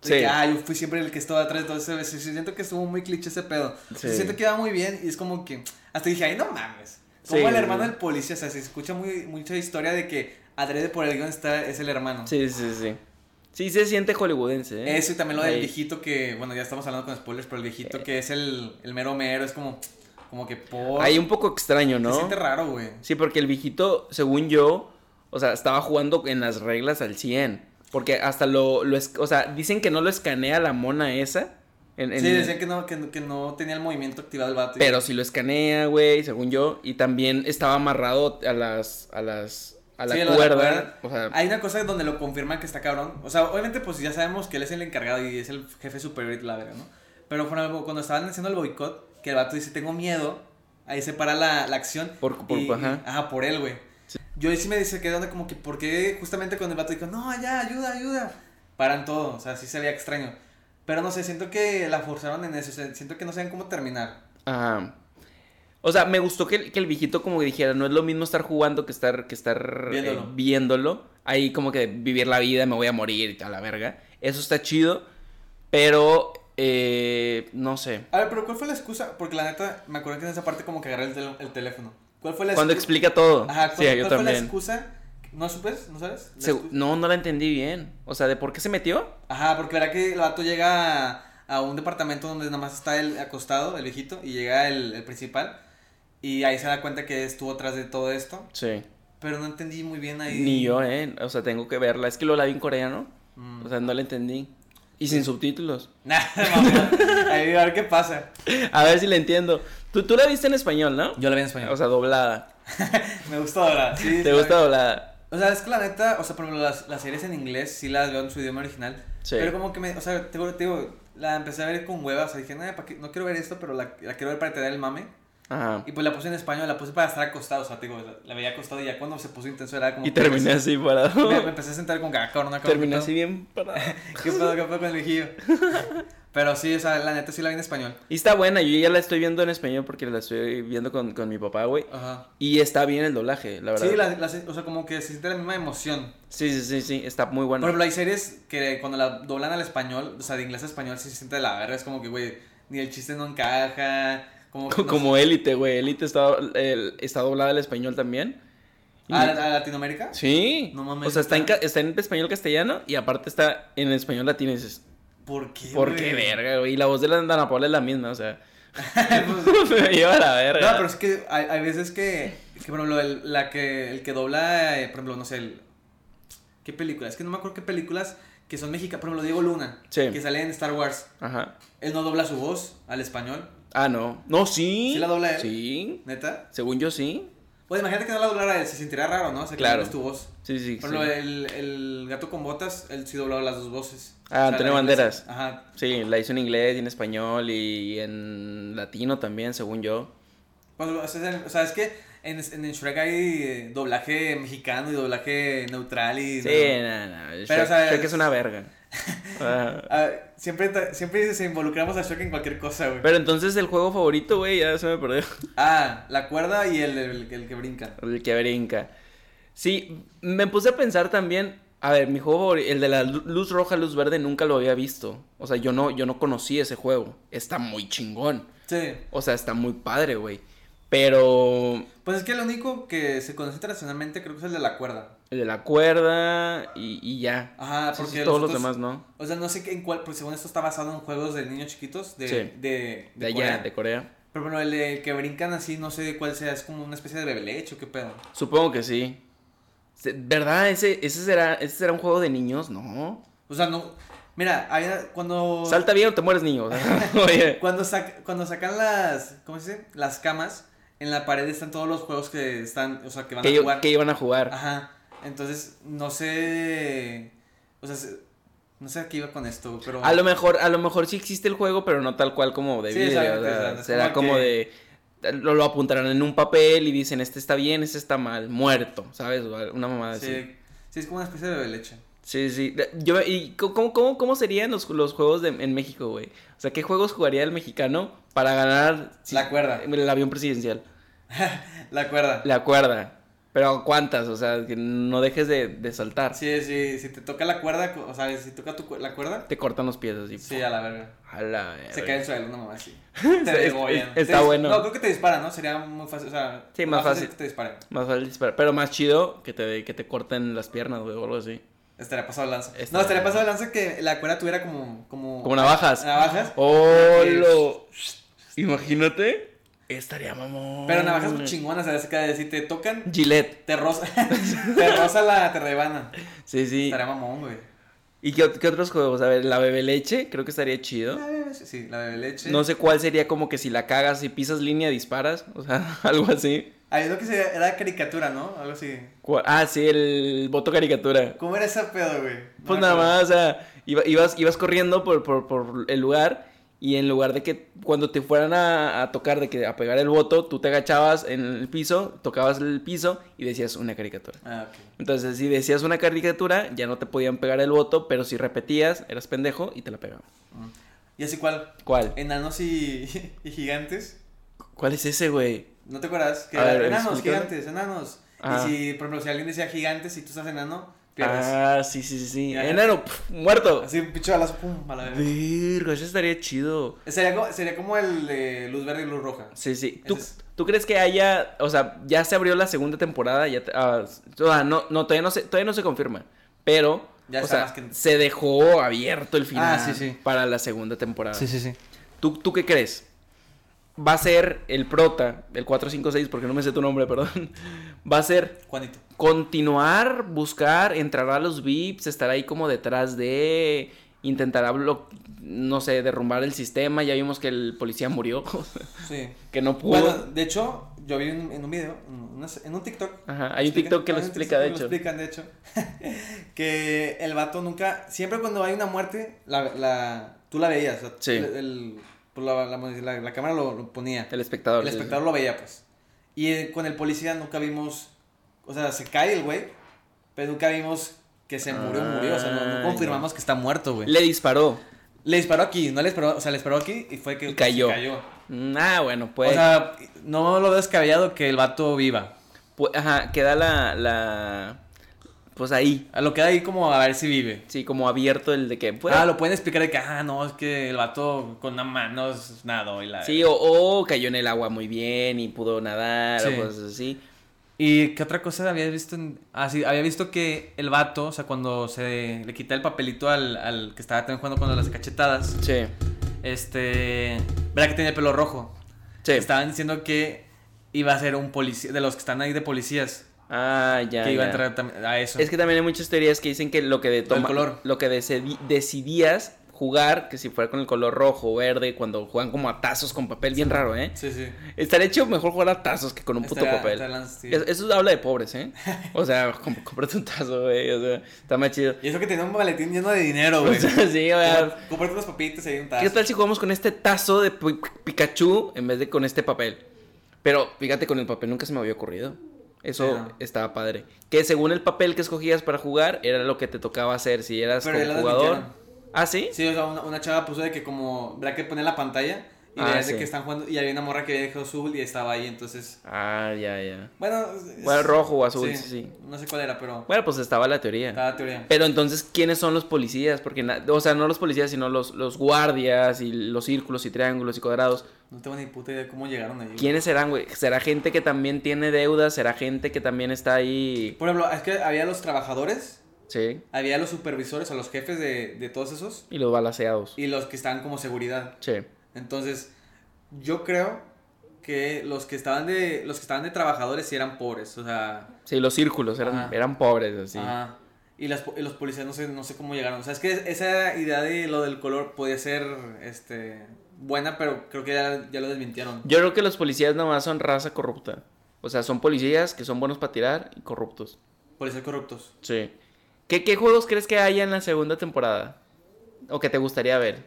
Speaker 2: de
Speaker 1: Sí.
Speaker 2: que, ah, yo fui siempre el que estaba atrás, entonces sí, sí, siento que estuvo muy cliché ese pedo. O sea,
Speaker 1: Sí.
Speaker 2: Siento que iba muy bien y es como que, hasta dije, ay, no mames. Como
Speaker 1: Sí.
Speaker 2: el hermano del policía, o sea, se escucha muy, mucha historia de que adrede por el guión está, es el hermano.
Speaker 1: Sí, sí, sí. Sí, se siente hollywoodense, ¿eh?
Speaker 2: Eso y también lo del
Speaker 1: Ahí. Eh.
Speaker 2: viejito que, bueno, ya estamos hablando con spoilers, pero el viejito que es el, el mero mero, es como, como que por...
Speaker 1: Ahí un poco extraño, ¿no?
Speaker 2: Se siente raro, güey.
Speaker 1: Sí, porque el viejito, según yo, o sea, estaba jugando en las reglas al 100. Porque hasta lo, lo es- o sea, dicen que no lo escanea la mona esa. en- en-
Speaker 2: Sí, decían que no, que, no- que no tenía el movimiento activado el vato.
Speaker 1: Pero sí lo escanea, güey, según yo. Y también estaba amarrado a las, a las, a la
Speaker 2: Sí, lo de la
Speaker 1: cuerda.
Speaker 2: cuerda.
Speaker 1: O sea,
Speaker 2: Hay una cosa donde lo confirman que está cabrón. O sea, obviamente, pues ya sabemos que él es el encargado y es el jefe superior y la verga, ¿no? Pero por ejemplo, cuando estaban haciendo el boicot, que el vato dice, tengo miedo ahí se para la, la acción.
Speaker 1: Por- por-
Speaker 2: y-
Speaker 1: ajá.
Speaker 2: y- ajá, por él, güey. Yo ahí sí me dice que onda como que, porque justamente cuando el vato dijo, no, ya, ayuda, ayuda, paran todo, o sea, sí se veía extraño. Pero no sé, siento que la forzaron en eso, o sea, siento que no saben cómo terminar.
Speaker 1: Ajá. O sea, me gustó que, el- que el viejito como que dijera, no es lo mismo estar jugando que estar, que estar eh,
Speaker 2: Viéndolo.
Speaker 1: viéndolo. Ahí como que vivir la vida, me voy a morir, a la verga. Eso está chido, pero eh, no sé.
Speaker 2: A ver, pero ¿cuál fue la excusa? Porque la neta, me acuerdo que en esa parte como que agarré el, tel- el teléfono. ¿Cuál fue la
Speaker 1: Cuando
Speaker 2: excusa?
Speaker 1: explica todo.
Speaker 2: Ajá, ¿cuál,
Speaker 1: sí, yo
Speaker 2: cuál fue la
Speaker 1: también.
Speaker 2: excusa? ¿No supes? ¿No sabes? La
Speaker 1: Se-
Speaker 2: excusa.
Speaker 1: no, no la entendí bien. O sea, ¿de por qué se metió?
Speaker 2: Ajá, porque verá que el vato llega a, a un departamento donde nada más está el acostado, el viejito, y llega el, el principal. Y ahí se da cuenta que estuvo atrás de todo esto.
Speaker 1: Sí.
Speaker 2: Pero no entendí muy bien ahí.
Speaker 1: Ni yo, ¿eh? O sea, tengo que verla. Es que lo la vi en coreano.
Speaker 2: Mm.
Speaker 1: O sea, no la entendí. Y sin subtítulos.
Speaker 2: Nah, mamá. Ahí a ver qué pasa.
Speaker 1: A ver si la entiendo. Tú, tú la viste en español, ¿no?
Speaker 2: Yo la vi en
Speaker 1: O sea, doblada.
Speaker 2: Me gustó ahora. Sí,
Speaker 1: ¿Te gusta doblada?
Speaker 2: O sea, es que la neta, o sea, por ejemplo, las, las series en inglés sí las veo en su idioma original.
Speaker 1: Sí.
Speaker 2: Pero como que me, o sea, te, digo- te digo, la empecé a ver con hueva. O sea, dije, "Nah, ¿pa' qué? no quiero ver esto, pero la, la quiero ver para tener el mame.
Speaker 1: Ajá.
Speaker 2: Y pues la puse en español, la puse para estar acostado. O sea, te digo, la, la veía acostado y ya cuando se puso intenso era como.
Speaker 1: Y
Speaker 2: que
Speaker 1: terminé así
Speaker 2: Me, me
Speaker 1: parado.
Speaker 2: empecé a sentar con caca, no cabrón,
Speaker 1: Terminé
Speaker 2: ¿qué
Speaker 1: así bien parado.
Speaker 2: pedo? ¿Qué pedo, qué pedo con el viejillo? Pero sí, o sea, la neta sí la vi en español.
Speaker 1: Y está buena, yo ya la estoy viendo en español porque la estoy viendo con, con mi papá, güey.
Speaker 2: Ajá.
Speaker 1: Y está bien el doblaje, la verdad.
Speaker 2: Sí, la, la- o sea, como que se siente la misma emoción.
Speaker 1: sí, sí, sí, sí, está muy
Speaker 2: Por
Speaker 1: buena.
Speaker 2: ejemplo, hay series que cuando la doblan al español, o sea, de inglés a español, sí se siente de la verga. Es como que, güey, ni el chiste no encaja. Como, que no-
Speaker 1: Como élite, güey. Élite está, el- está doblada al español también. Y-
Speaker 2: ¿A, a Latinoamérica?
Speaker 1: Sí.
Speaker 2: No mames,
Speaker 1: O sea, está en, ca-
Speaker 2: neta.
Speaker 1: está en español castellano y aparte está en español latino. Y dices,
Speaker 2: ¿Por qué?
Speaker 1: ¿por
Speaker 2: güey?
Speaker 1: qué verga, güey? Y la voz de la Dana Paula es la misma, o sea.
Speaker 2: Pues,
Speaker 1: me lleva a la
Speaker 2: No,
Speaker 1: verga.
Speaker 2: pero es que hay, hay veces que, que, por ejemplo, el, la que, el que dobla, eh, por ejemplo, no sé, el- ¿qué películas? Es que no me acuerdo qué películas que son mexicanas, por ejemplo, Diego Luna,
Speaker 1: Sí.
Speaker 2: que sale en Star Wars,
Speaker 1: Ajá.
Speaker 2: él no dobla su voz al español,
Speaker 1: Ah, no. No, sí.
Speaker 2: ¿Sí la dobla él?
Speaker 1: Sí.
Speaker 2: neta.
Speaker 1: Según yo, sí.
Speaker 2: Pues imagínate que no la doblara él, se sentiría raro, ¿no? O sea, que
Speaker 1: Claro.
Speaker 2: no es tu voz.
Speaker 1: Sí, sí.
Speaker 2: Por
Speaker 1: sí.
Speaker 2: ejemplo, el, el gato con botas, él sí doblaba las dos voces.
Speaker 1: Ah,
Speaker 2: la
Speaker 1: Antonio
Speaker 2: inglesa.
Speaker 1: Banderas.
Speaker 2: Ajá.
Speaker 1: Sí, la hizo en inglés y en español y en latino también, según yo.
Speaker 2: Pues, o, sea, o sea, es que en, en Shrek hay eh, doblaje mexicano y doblaje neutral y...
Speaker 1: Sí,
Speaker 2: no-
Speaker 1: no, no. Shrek,
Speaker 2: o sea,
Speaker 1: Shrek
Speaker 2: es-
Speaker 1: es una verga. Ah,
Speaker 2: Ah, siempre, ta- siempre se involucramos a Shrek en cualquier cosa, güey.
Speaker 1: pero entonces el juego favorito, güey, ya se me perdió.
Speaker 2: Ah, la cuerda y el, el- el que brinca.
Speaker 1: El que brinca. Sí, me puse a pensar también. A ver, mi juego, favori- el de la lu- luz roja, luz verde, nunca lo había visto. O sea, yo no, yo no conocí ese juego. Está muy chingón.
Speaker 2: Sí.
Speaker 1: O sea, está muy padre, güey. Pero
Speaker 2: Pues es que el único que se conoce internacionalmente creo que es el de la cuerda.
Speaker 1: el de la cuerda y, y ya.
Speaker 2: Ajá,
Speaker 1: Sí, sí,
Speaker 2: Ah, porque
Speaker 1: todos los
Speaker 2: otros-
Speaker 1: demás no.
Speaker 2: O sea, no sé qué- en cuál, pues según esto está basado en juegos de niños chiquitos de,
Speaker 1: Sí.
Speaker 2: de, de
Speaker 1: De allá,
Speaker 2: Corea.
Speaker 1: de Corea.
Speaker 2: Pero bueno, el de que brincan así, no sé cuál sea, es como una especie de bebé leche o qué pedo.
Speaker 1: Supongo que sí. Se- ¿Verdad? ¿Ese, ese, será, ¿Ese será un juego de niños? No.
Speaker 2: O sea, no. Mira, había- cuando.
Speaker 1: Salta bien o te mueres niño. Oye.
Speaker 2: Cuando, sac- cuando sacan las. ¿Cómo se dice? Las camas, en la pared están todos los juegos que están. O sea, que van
Speaker 1: Que,
Speaker 2: a
Speaker 1: yo-
Speaker 2: jugar.
Speaker 1: que iban a jugar.
Speaker 2: Ajá. Entonces, no sé. O sea, se- no sé a qué iba con esto, pero.
Speaker 1: A lo mejor, a lo mejor sí existe el juego, pero no tal cual como de
Speaker 2: Sí,
Speaker 1: video.
Speaker 2: exactamente,
Speaker 1: o sea,
Speaker 2: exactamente.
Speaker 1: será
Speaker 2: Como
Speaker 1: como
Speaker 2: que-
Speaker 1: de. Lo, lo apuntarán en un papel y dicen, este está bien, este está mal, muerto, ¿sabes? O Una mamada así.
Speaker 2: sí, sí, es como una especie de bebé leche.
Speaker 1: Sí, sí. De- Yo, ¿Y co- cómo, cómo, cómo serían los, los juegos de- en México, güey? O sea, ¿qué juegos jugaría el mexicano para ganar si-
Speaker 2: La cuerda.
Speaker 1: el avión presidencial?
Speaker 2: La cuerda.
Speaker 1: La cuerda. Pero ¿cuántas? O sea, que no dejes de, de saltar.
Speaker 2: Sí, sí, si te toca la cuerda, o sea, si toca tu, cu- la cuerda,
Speaker 1: Te cortan los pies así.
Speaker 2: sí, a la verga.
Speaker 1: A la verga.
Speaker 2: Se cae el suelo, no mamá, así.
Speaker 1: Está-
Speaker 2: Te
Speaker 1: es-
Speaker 2: degollan.
Speaker 1: está
Speaker 2: Te dis-
Speaker 1: bueno.
Speaker 2: No, creo que te disparan, ¿no? Sería muy fácil, o sea.
Speaker 1: Sí, más fácil.
Speaker 2: que te disparen.
Speaker 1: Más fácil disparar. Pero más chido que te, que te corten las piernas, güey, o algo así.
Speaker 2: Estaría pasado de lanza.
Speaker 1: Estaría-
Speaker 2: No, estaría pasado de lanza que la cuerda tuviera como. Como,
Speaker 1: Como navajas.
Speaker 2: Navajas.
Speaker 1: ¡Oh, lo- Imagínate. Estaría mamón.
Speaker 2: Pero navajas muy chingonas, ¿sabes? Que si te tocan,
Speaker 1: Gillette.
Speaker 2: te rosa, te rosa la te rebana.
Speaker 1: Sí, sí.
Speaker 2: Estaría mamón, güey.
Speaker 1: ¿Y qué, ot- qué otros juegos? A ver, la bebe leche, creo que estaría chido.
Speaker 2: La bebe leche, Ah, Sí, la bebe leche.
Speaker 1: No sé cuál sería como que si la cagas, si pisas línea, disparas. O sea, algo así.
Speaker 2: Hay lo que se era caricatura, ¿no? Algo así.
Speaker 1: ¿Cuál? Ah, sí, el voto caricatura.
Speaker 2: ¿Cómo era esa pedo, güey? No
Speaker 1: Pues
Speaker 2: me
Speaker 1: nada
Speaker 2: acuerdo.
Speaker 1: más, o sea, iba- ibas, ibas corriendo por, por, por el lugar Y en lugar de que cuando te fueran a, a tocar, de que a pegar el voto, tú te agachabas en el piso, tocabas el piso y decías una caricatura.
Speaker 2: Ah, ok.
Speaker 1: Entonces, si decías una caricatura, ya no te podían pegar el voto, pero si repetías, eras pendejo y te la pegaban.
Speaker 2: ¿Y así cuál?
Speaker 1: ¿Cuál?
Speaker 2: Enanos y, y gigantes.
Speaker 1: ¿Cuál es ese, güey?
Speaker 2: ¿No te acuerdas? Que
Speaker 1: A ver,
Speaker 2: era enanos,
Speaker 1: explícame.
Speaker 2: gigantes, enanos.
Speaker 1: Ah.
Speaker 2: Y si, por ejemplo, si alguien decía gigantes y tú estás enano, pierdes.
Speaker 1: Ah, sí, sí, sí, sí.
Speaker 2: Ya.
Speaker 1: Enano, pf, muerto.
Speaker 2: Así un pinche balazo, pum, a la verga.
Speaker 1: Virgo, eso estaría chido.
Speaker 2: Sería como, sería como el de luz verde y luz roja.
Speaker 1: Sí, sí. ¿Tú,
Speaker 2: Ese es-
Speaker 1: tú crees que haya, o sea, ya se abrió la segunda temporada? Ya te- ah, o sea, no, no, todavía no se, todavía no se confirma, pero,
Speaker 2: Ya
Speaker 1: o
Speaker 2: está
Speaker 1: sea,
Speaker 2: más que- Ah,
Speaker 1: se dejó abierto el final
Speaker 2: sí, sí.
Speaker 1: para la segunda temporada.
Speaker 2: sí, sí.
Speaker 1: ¿Tú, ¿Tú qué crees? ¿Va a ser el prota, el 456, porque no me sé tu nombre, perdón? ¿Va a ser
Speaker 2: Juanito.
Speaker 1: continuar, buscar, entrar a los VIPs, estar ahí como detrás de, intentará, blo- no sé, derrumbar el sistema? Ya vimos que el policía murió,
Speaker 2: Sí.
Speaker 1: que no pudo.
Speaker 2: Bueno, de hecho, yo vi en, en un video, en, una- en un TikTok.
Speaker 1: Ajá, hay un
Speaker 2: explican-
Speaker 1: TikTok que lo
Speaker 2: hay un
Speaker 1: explica,
Speaker 2: TikTok
Speaker 1: de
Speaker 2: que
Speaker 1: hecho.
Speaker 2: lo explican, de hecho. que el vato nunca. Siempre cuando hay una muerte, la, la, tú la veías. o sea,
Speaker 1: Sí.
Speaker 2: el- el- pues la, la- la- la cámara lo, lo ponía.
Speaker 1: El espectador.
Speaker 2: El
Speaker 1: sí, sí.
Speaker 2: espectador lo veía, pues. Y eh, con el policía nunca vimos. O sea, se cae el güey, pero nunca vimos que se murió, murió. O sea, no, no
Speaker 1: Ah,
Speaker 2: confirmamos que está muerto, güey. Le,
Speaker 1: Le disparó.
Speaker 2: disparó aquí, no le disparó. O sea, le disparó aquí y fue que
Speaker 1: Y cayó.
Speaker 2: se cayó.
Speaker 1: Mm, Ah, bueno, pues.
Speaker 2: O sea, no lo veo descabellado que el vato viva.
Speaker 1: pu- pues, ajá, queda la, la. Pues ahí.
Speaker 2: A lo que hay como a ver si vive.
Speaker 1: Sí, como abierto el de que. pues,
Speaker 2: Ah, lo pueden explicar de que, ah, no, es que el vato con una mano es nada. Y, la...
Speaker 1: Sí, o, o cayó en el agua muy bien y pudo nadar
Speaker 2: Sí.
Speaker 1: o cosas así.
Speaker 2: ¿Y qué otra cosa había visto? En... Ah, sí, había visto que el vato, o sea, cuando se le quita el papelito al, al que estaba también jugando con las cachetadas,
Speaker 1: Sí,
Speaker 2: este, verá que tenía el pelo rojo.
Speaker 1: sí.
Speaker 2: Estaban diciendo que iba a ser un policía, de los que están ahí de policías,
Speaker 1: Ah, ya.
Speaker 2: que iba
Speaker 1: ya.
Speaker 2: a entrar tam- a eso.
Speaker 1: Es que también hay muchas teorías que dicen que lo que de
Speaker 2: Lo del color.
Speaker 1: lo que decidi- decidías jugar, que si fuera con el color rojo o verde, cuando juegan como a tazos con papel, bien raro, ¿eh?
Speaker 2: Sí, sí.
Speaker 1: Estaría hecho mejor jugar a tazos que con un puto
Speaker 2: Estaría-
Speaker 1: papel.
Speaker 2: estaría- sí.
Speaker 1: Es- Eso habla de pobres, ¿eh? O sea, com- cómprate un tazo, güey. O sea, está más chido.
Speaker 2: Y eso que tenía un maletín lleno de dinero, güey.
Speaker 1: O sea, sí, o sea,
Speaker 2: Comprarte unos papitas y ahí un tazo.
Speaker 1: ¿Qué tal si jugamos con este tazo de Pi- Pi- Pikachu en vez de con este papel? Pero fíjate, con el papel nunca se me había ocurrido. Eso
Speaker 2: Sí, no.
Speaker 1: estaba padre. Que según el papel que escogías para jugar, era lo que te tocaba hacer. Si eras
Speaker 2: Pero ya
Speaker 1: como
Speaker 2: lo
Speaker 1: jugador.
Speaker 2: admitieron.
Speaker 1: ¿Ah, sí?
Speaker 2: Sí, o sea, una, una chava puso de que como, ¿verdad que pone la pantalla? Y
Speaker 1: Ah,
Speaker 2: veías de
Speaker 1: sí.
Speaker 2: que están jugando, y había una morra que había dejado azul y estaba ahí, entonces,
Speaker 1: Ah, ya, ya.
Speaker 2: bueno. es-
Speaker 1: Bueno, rojo o azul, sí, sí.
Speaker 2: No sé cuál era, pero
Speaker 1: Bueno, pues estaba la teoría.
Speaker 2: estaba la teoría.
Speaker 1: Pero entonces, ¿quiénes son los policías? Porque, na- o sea, no los policías, sino los, los guardias y los círculos y triángulos y cuadrados.
Speaker 2: No tengo ni puta idea de cómo llegaron ahí.
Speaker 1: ¿Quiénes serán, güey? ¿Será gente que también tiene deudas? ¿Será gente que también está ahí?
Speaker 2: Por ejemplo, es que había los trabajadores,
Speaker 1: Sí.
Speaker 2: había los supervisores o los jefes de, de todos esos,
Speaker 1: Y los balaseados.
Speaker 2: y los que estaban como seguridad.
Speaker 1: Sí.
Speaker 2: Entonces, yo creo que los que estaban de, los que estaban de trabajadores sí eran pobres, o sea,
Speaker 1: Sí, los círculos eran,
Speaker 2: Ajá.
Speaker 1: eran pobres, así.
Speaker 2: Ajá. Y, las, po- y los policías no sé, no sé cómo llegaron. O sea, es que esa idea de lo del color podía ser este, buena, pero creo que ya, ya lo desmintieron.
Speaker 1: Yo creo que los policías nomás son raza corrupta. O sea, son policías que son buenos para tirar y corruptos.
Speaker 2: Policías corruptos.
Speaker 1: Sí. ¿Qué, qué juegos crees que haya en la segunda temporada? ¿O que te gustaría ver?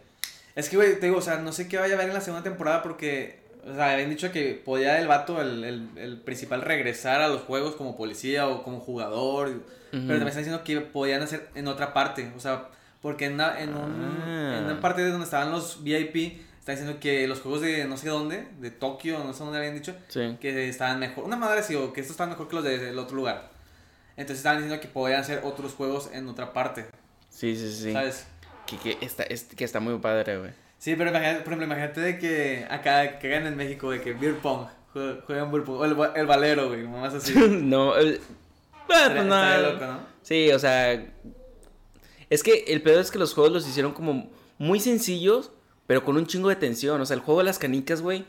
Speaker 2: Es que, güey, te digo, o sea, no sé qué vaya a haber en la segunda temporada porque, o sea, habían dicho que podía el vato, el, el- el principal, regresar a los juegos como policía o como jugador. Pero también están diciendo que podían hacer en otra parte. O sea, porque en una, en un-
Speaker 1: Ah.
Speaker 2: en una parte de donde estaban los VIP, están diciendo que los juegos de no sé dónde, de Tokio, no sé dónde habían dicho,
Speaker 1: Sí.
Speaker 2: que estaban mejor. Una madre sí, o que estos estaban mejor que los de- del otro lugar. Entonces estaban diciendo que podían hacer otros juegos en otra parte,
Speaker 1: Sí, sí, sí.
Speaker 2: ¿sabes?
Speaker 1: Que, que está, es- que está muy padre, güey.
Speaker 2: Sí, pero imagínate, por ejemplo, imagínate de que acá que ganan en México, de que beer pong, jue- juegan beer pong, o el, va- el valero, güey, nomás así.
Speaker 1: no. eh, ah, pues
Speaker 2: Estaría-
Speaker 1: nada.
Speaker 2: estaría loco, ¿no?
Speaker 1: Sí, o sea. Es que el peor es que los juegos los hicieron como muy sencillos, pero con un chingo de tensión. O sea, el juego de las canicas, güey.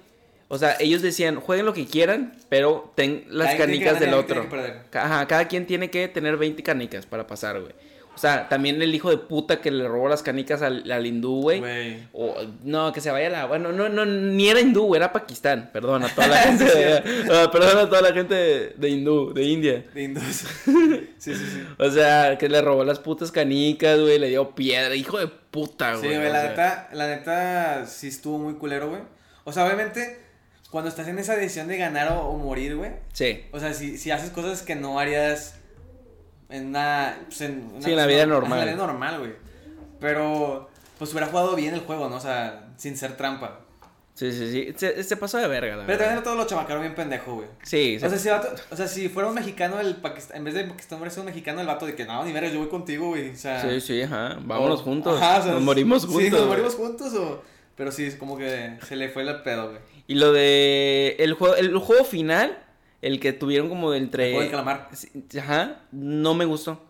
Speaker 1: O sea, ellos decían, jueguen lo que quieran, pero ten las
Speaker 2: Cada quien tiene que
Speaker 1: canicas del
Speaker 2: ganar y tiene
Speaker 1: otro.
Speaker 2: que perder.
Speaker 1: Ca- Ajá, cada quien tiene que tener 20 canicas para pasar, güey. O sea, también el hijo de puta que le robó las canicas al, al hindú, güey.
Speaker 2: Güey.
Speaker 1: O, no, que se vaya la. Bueno, no, no, ni era hindú, güey, era Pakistán. Perdón a toda la gente. de- ah, perdón a toda la gente de, de hindú, de India.
Speaker 2: De Indus. Sí, sí, sí.
Speaker 1: O sea, que le robó las putas canicas, güey, le dio piedra, hijo de puta,
Speaker 2: Sí,
Speaker 1: Ah, güey.
Speaker 2: güey,
Speaker 1: o
Speaker 2: la
Speaker 1: sea.
Speaker 2: neta, la neta sí estuvo muy culero, güey. O sea, obviamente, cuando estás en esa decisión de ganar o, o morir, güey.
Speaker 1: Sí.
Speaker 2: O sea, si, si haces cosas que no harías en una. pues, en una
Speaker 1: Sí, en la
Speaker 2: persona-
Speaker 1: vida
Speaker 2: ajá,
Speaker 1: normal.
Speaker 2: En la vida normal, güey. Pero, pues hubiera jugado bien el juego, ¿no? O sea, sin ser trampa.
Speaker 1: Sí, sí, sí. Se, se pasó de verga, la
Speaker 2: Pero
Speaker 1: verdad.
Speaker 2: también todo lo chamacaron bien pendejo, güey.
Speaker 1: Sí, sí.
Speaker 2: O sea, si vato- o sea, si fuera un mexicano el Pakistán, en vez de Pakistán fuera un mexicano el vato de que no, ni veras, yo voy contigo, güey. O sea,
Speaker 1: Sí, sí, ajá. Vámonos
Speaker 2: o-
Speaker 1: juntos.
Speaker 2: ajá, o sea,
Speaker 1: nos morimos
Speaker 2: sí,
Speaker 1: juntos.
Speaker 2: nos
Speaker 1: güey.
Speaker 2: morimos juntos o. Pero sí, es como que se le fue el pedo, güey.
Speaker 1: Y lo de el juego, el juego final, el que tuvieron como de entre.
Speaker 2: El juego del calamar.
Speaker 1: Sí, Ajá, no me gustó.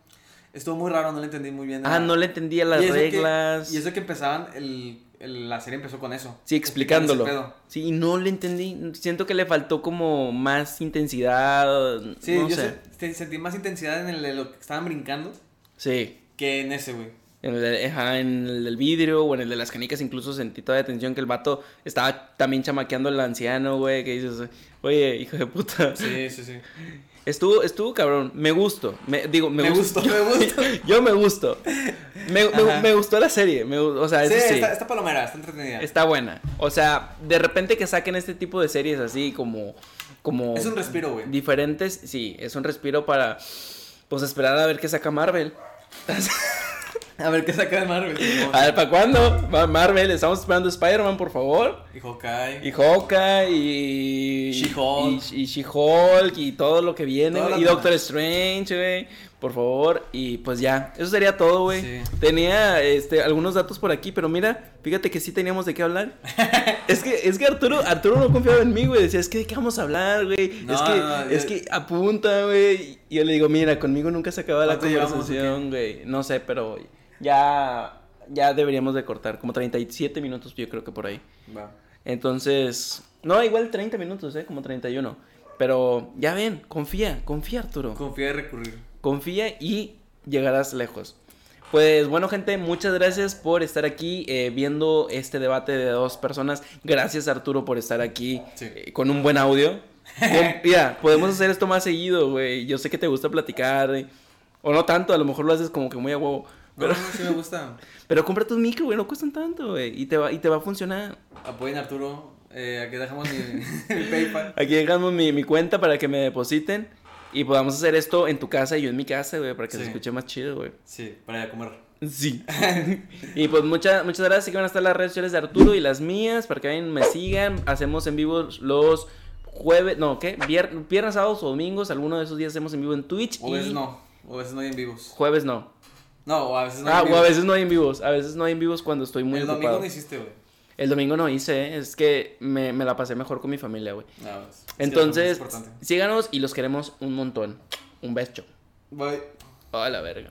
Speaker 2: Estuvo muy raro, no le entendí muy bien.
Speaker 1: Ah, no le entendía las
Speaker 2: Y eso que-
Speaker 1: reglas.
Speaker 2: y eso que empezaban, el, el- la serie empezó con eso.
Speaker 1: Sí,
Speaker 2: explicando ese
Speaker 1: explicándolo.
Speaker 2: pedo.
Speaker 1: Sí, y no le entendí. Siento que le faltó como más intensidad.
Speaker 2: Sí,
Speaker 1: no
Speaker 2: yo
Speaker 1: sé.
Speaker 2: se- te- sentí más intensidad en el de lo que estaban brincando
Speaker 1: Sí.
Speaker 2: que en ese, güey.
Speaker 1: En el, de- ajá, en el del vidrio o en el de las canicas incluso sentí toda la tensión que el vato estaba también chamaqueando al anciano, güey, que dices, oye, hijo de puta.
Speaker 2: Sí, sí, sí.
Speaker 1: Estuvo, estuvo cabrón, me gustó, me, digo, me,
Speaker 2: Me
Speaker 1: gustó.
Speaker 2: gustó, me gustó.
Speaker 1: Yo me gustó. Me, me-
Speaker 2: Ajá.
Speaker 1: me gustó la serie, me gu- o sea,
Speaker 2: sí,
Speaker 1: Ah, eso sí,
Speaker 2: Está,
Speaker 1: está,
Speaker 2: está palomera, está entretenida.
Speaker 1: buena. O sea, de repente que saquen este tipo de series así como... como
Speaker 2: Es un respiro, güey.
Speaker 1: Diferentes, sí, es un respiro para, pues, esperar a ver qué saca Marvel.
Speaker 2: A ver qué saca de Marvel.
Speaker 1: A ver, ¿para cuándo? Ma- Marvel, estamos esperando Spider-Man, por favor.
Speaker 2: Y Hawkeye.
Speaker 1: Y Hawkeye, y...
Speaker 2: She-Hulk.
Speaker 1: Y, y She-Hulk, y todo lo que viene,
Speaker 2: Todas
Speaker 1: güey,
Speaker 2: las
Speaker 1: Y Doctor
Speaker 2: demás.
Speaker 1: Strange, güey. Por favor, y pues ya. Eso sería todo, güey.
Speaker 2: Sí.
Speaker 1: Tenía este, algunos datos por aquí, pero mira, fíjate que sí teníamos de qué hablar. es que, es que Arturo, Arturo no confiaba en mí, güey. Decía, es que de qué vamos a hablar, güey.
Speaker 2: No,
Speaker 1: es que,
Speaker 2: no, no,
Speaker 1: es
Speaker 2: yo-
Speaker 1: que apunta, güey. Y yo le digo, mira, conmigo nunca se acaba la
Speaker 2: ¿Cuánto llevamos,
Speaker 1: conversación, güey. No sé, pero ya, ya deberíamos de cortar. Como 37 minutos, yo creo que por ahí.
Speaker 2: Va.
Speaker 1: Entonces, no, igual 30 minutos, ¿eh? Como 31. Pero ya ven, confía, confía Arturo.
Speaker 2: Confía en recurrir.
Speaker 1: Confía y llegarás lejos. Pues bueno gente, muchas gracias por estar aquí eh, viendo este debate de dos personas. Gracias Arturo por estar aquí
Speaker 2: Sí.
Speaker 1: eh, con un buen audio. Con- Mira, podemos hacer esto más seguido, güey. Yo sé que te gusta platicar. eh, O no tanto, a lo mejor lo haces como que muy a huevo.
Speaker 2: No, no, sí me gusta.
Speaker 1: Pero compra tus micro, güey, no cuestan tanto, güey. Y te va, y te va a funcionar.
Speaker 2: Apoyen a Arturo. Eh, aquí dejamos mi, mi PayPal.
Speaker 1: Aquí dejamos mi, mi cuenta para que me depositen y podamos hacer esto en tu casa y yo en mi casa, güey, para que se
Speaker 2: Sí.
Speaker 1: escuche más chido, güey.
Speaker 2: Sí, para ir a comer.
Speaker 1: Sí. y pues muchas muchas gracias. Aquí van a estar las redes sociales de Arturo y las mías para que vayan, me sigan. Hacemos en vivo los jueves, no, ¿qué? Vier- viernes, sábados o domingos. Alguno de esos días hacemos en vivo en Twitch.
Speaker 2: O a
Speaker 1: y
Speaker 2: veces no. O a veces no hay en vivos.
Speaker 1: Jueves no.
Speaker 2: No, o a veces no hay
Speaker 1: ah,
Speaker 2: en
Speaker 1: o a
Speaker 2: vivos.
Speaker 1: veces no hay en vivos. A veces no hay en vivos cuando estoy muy
Speaker 2: El domingo
Speaker 1: ocupado.
Speaker 2: no hiciste, güey.
Speaker 1: El domingo no hice, ¿eh? es que me, me la pasé mejor con mi familia, güey.
Speaker 2: Nada más. Sí,
Speaker 1: Entonces,
Speaker 2: es importante.
Speaker 1: síganos y los queremos un montón. Un beso.
Speaker 2: Bye.
Speaker 1: A la verga.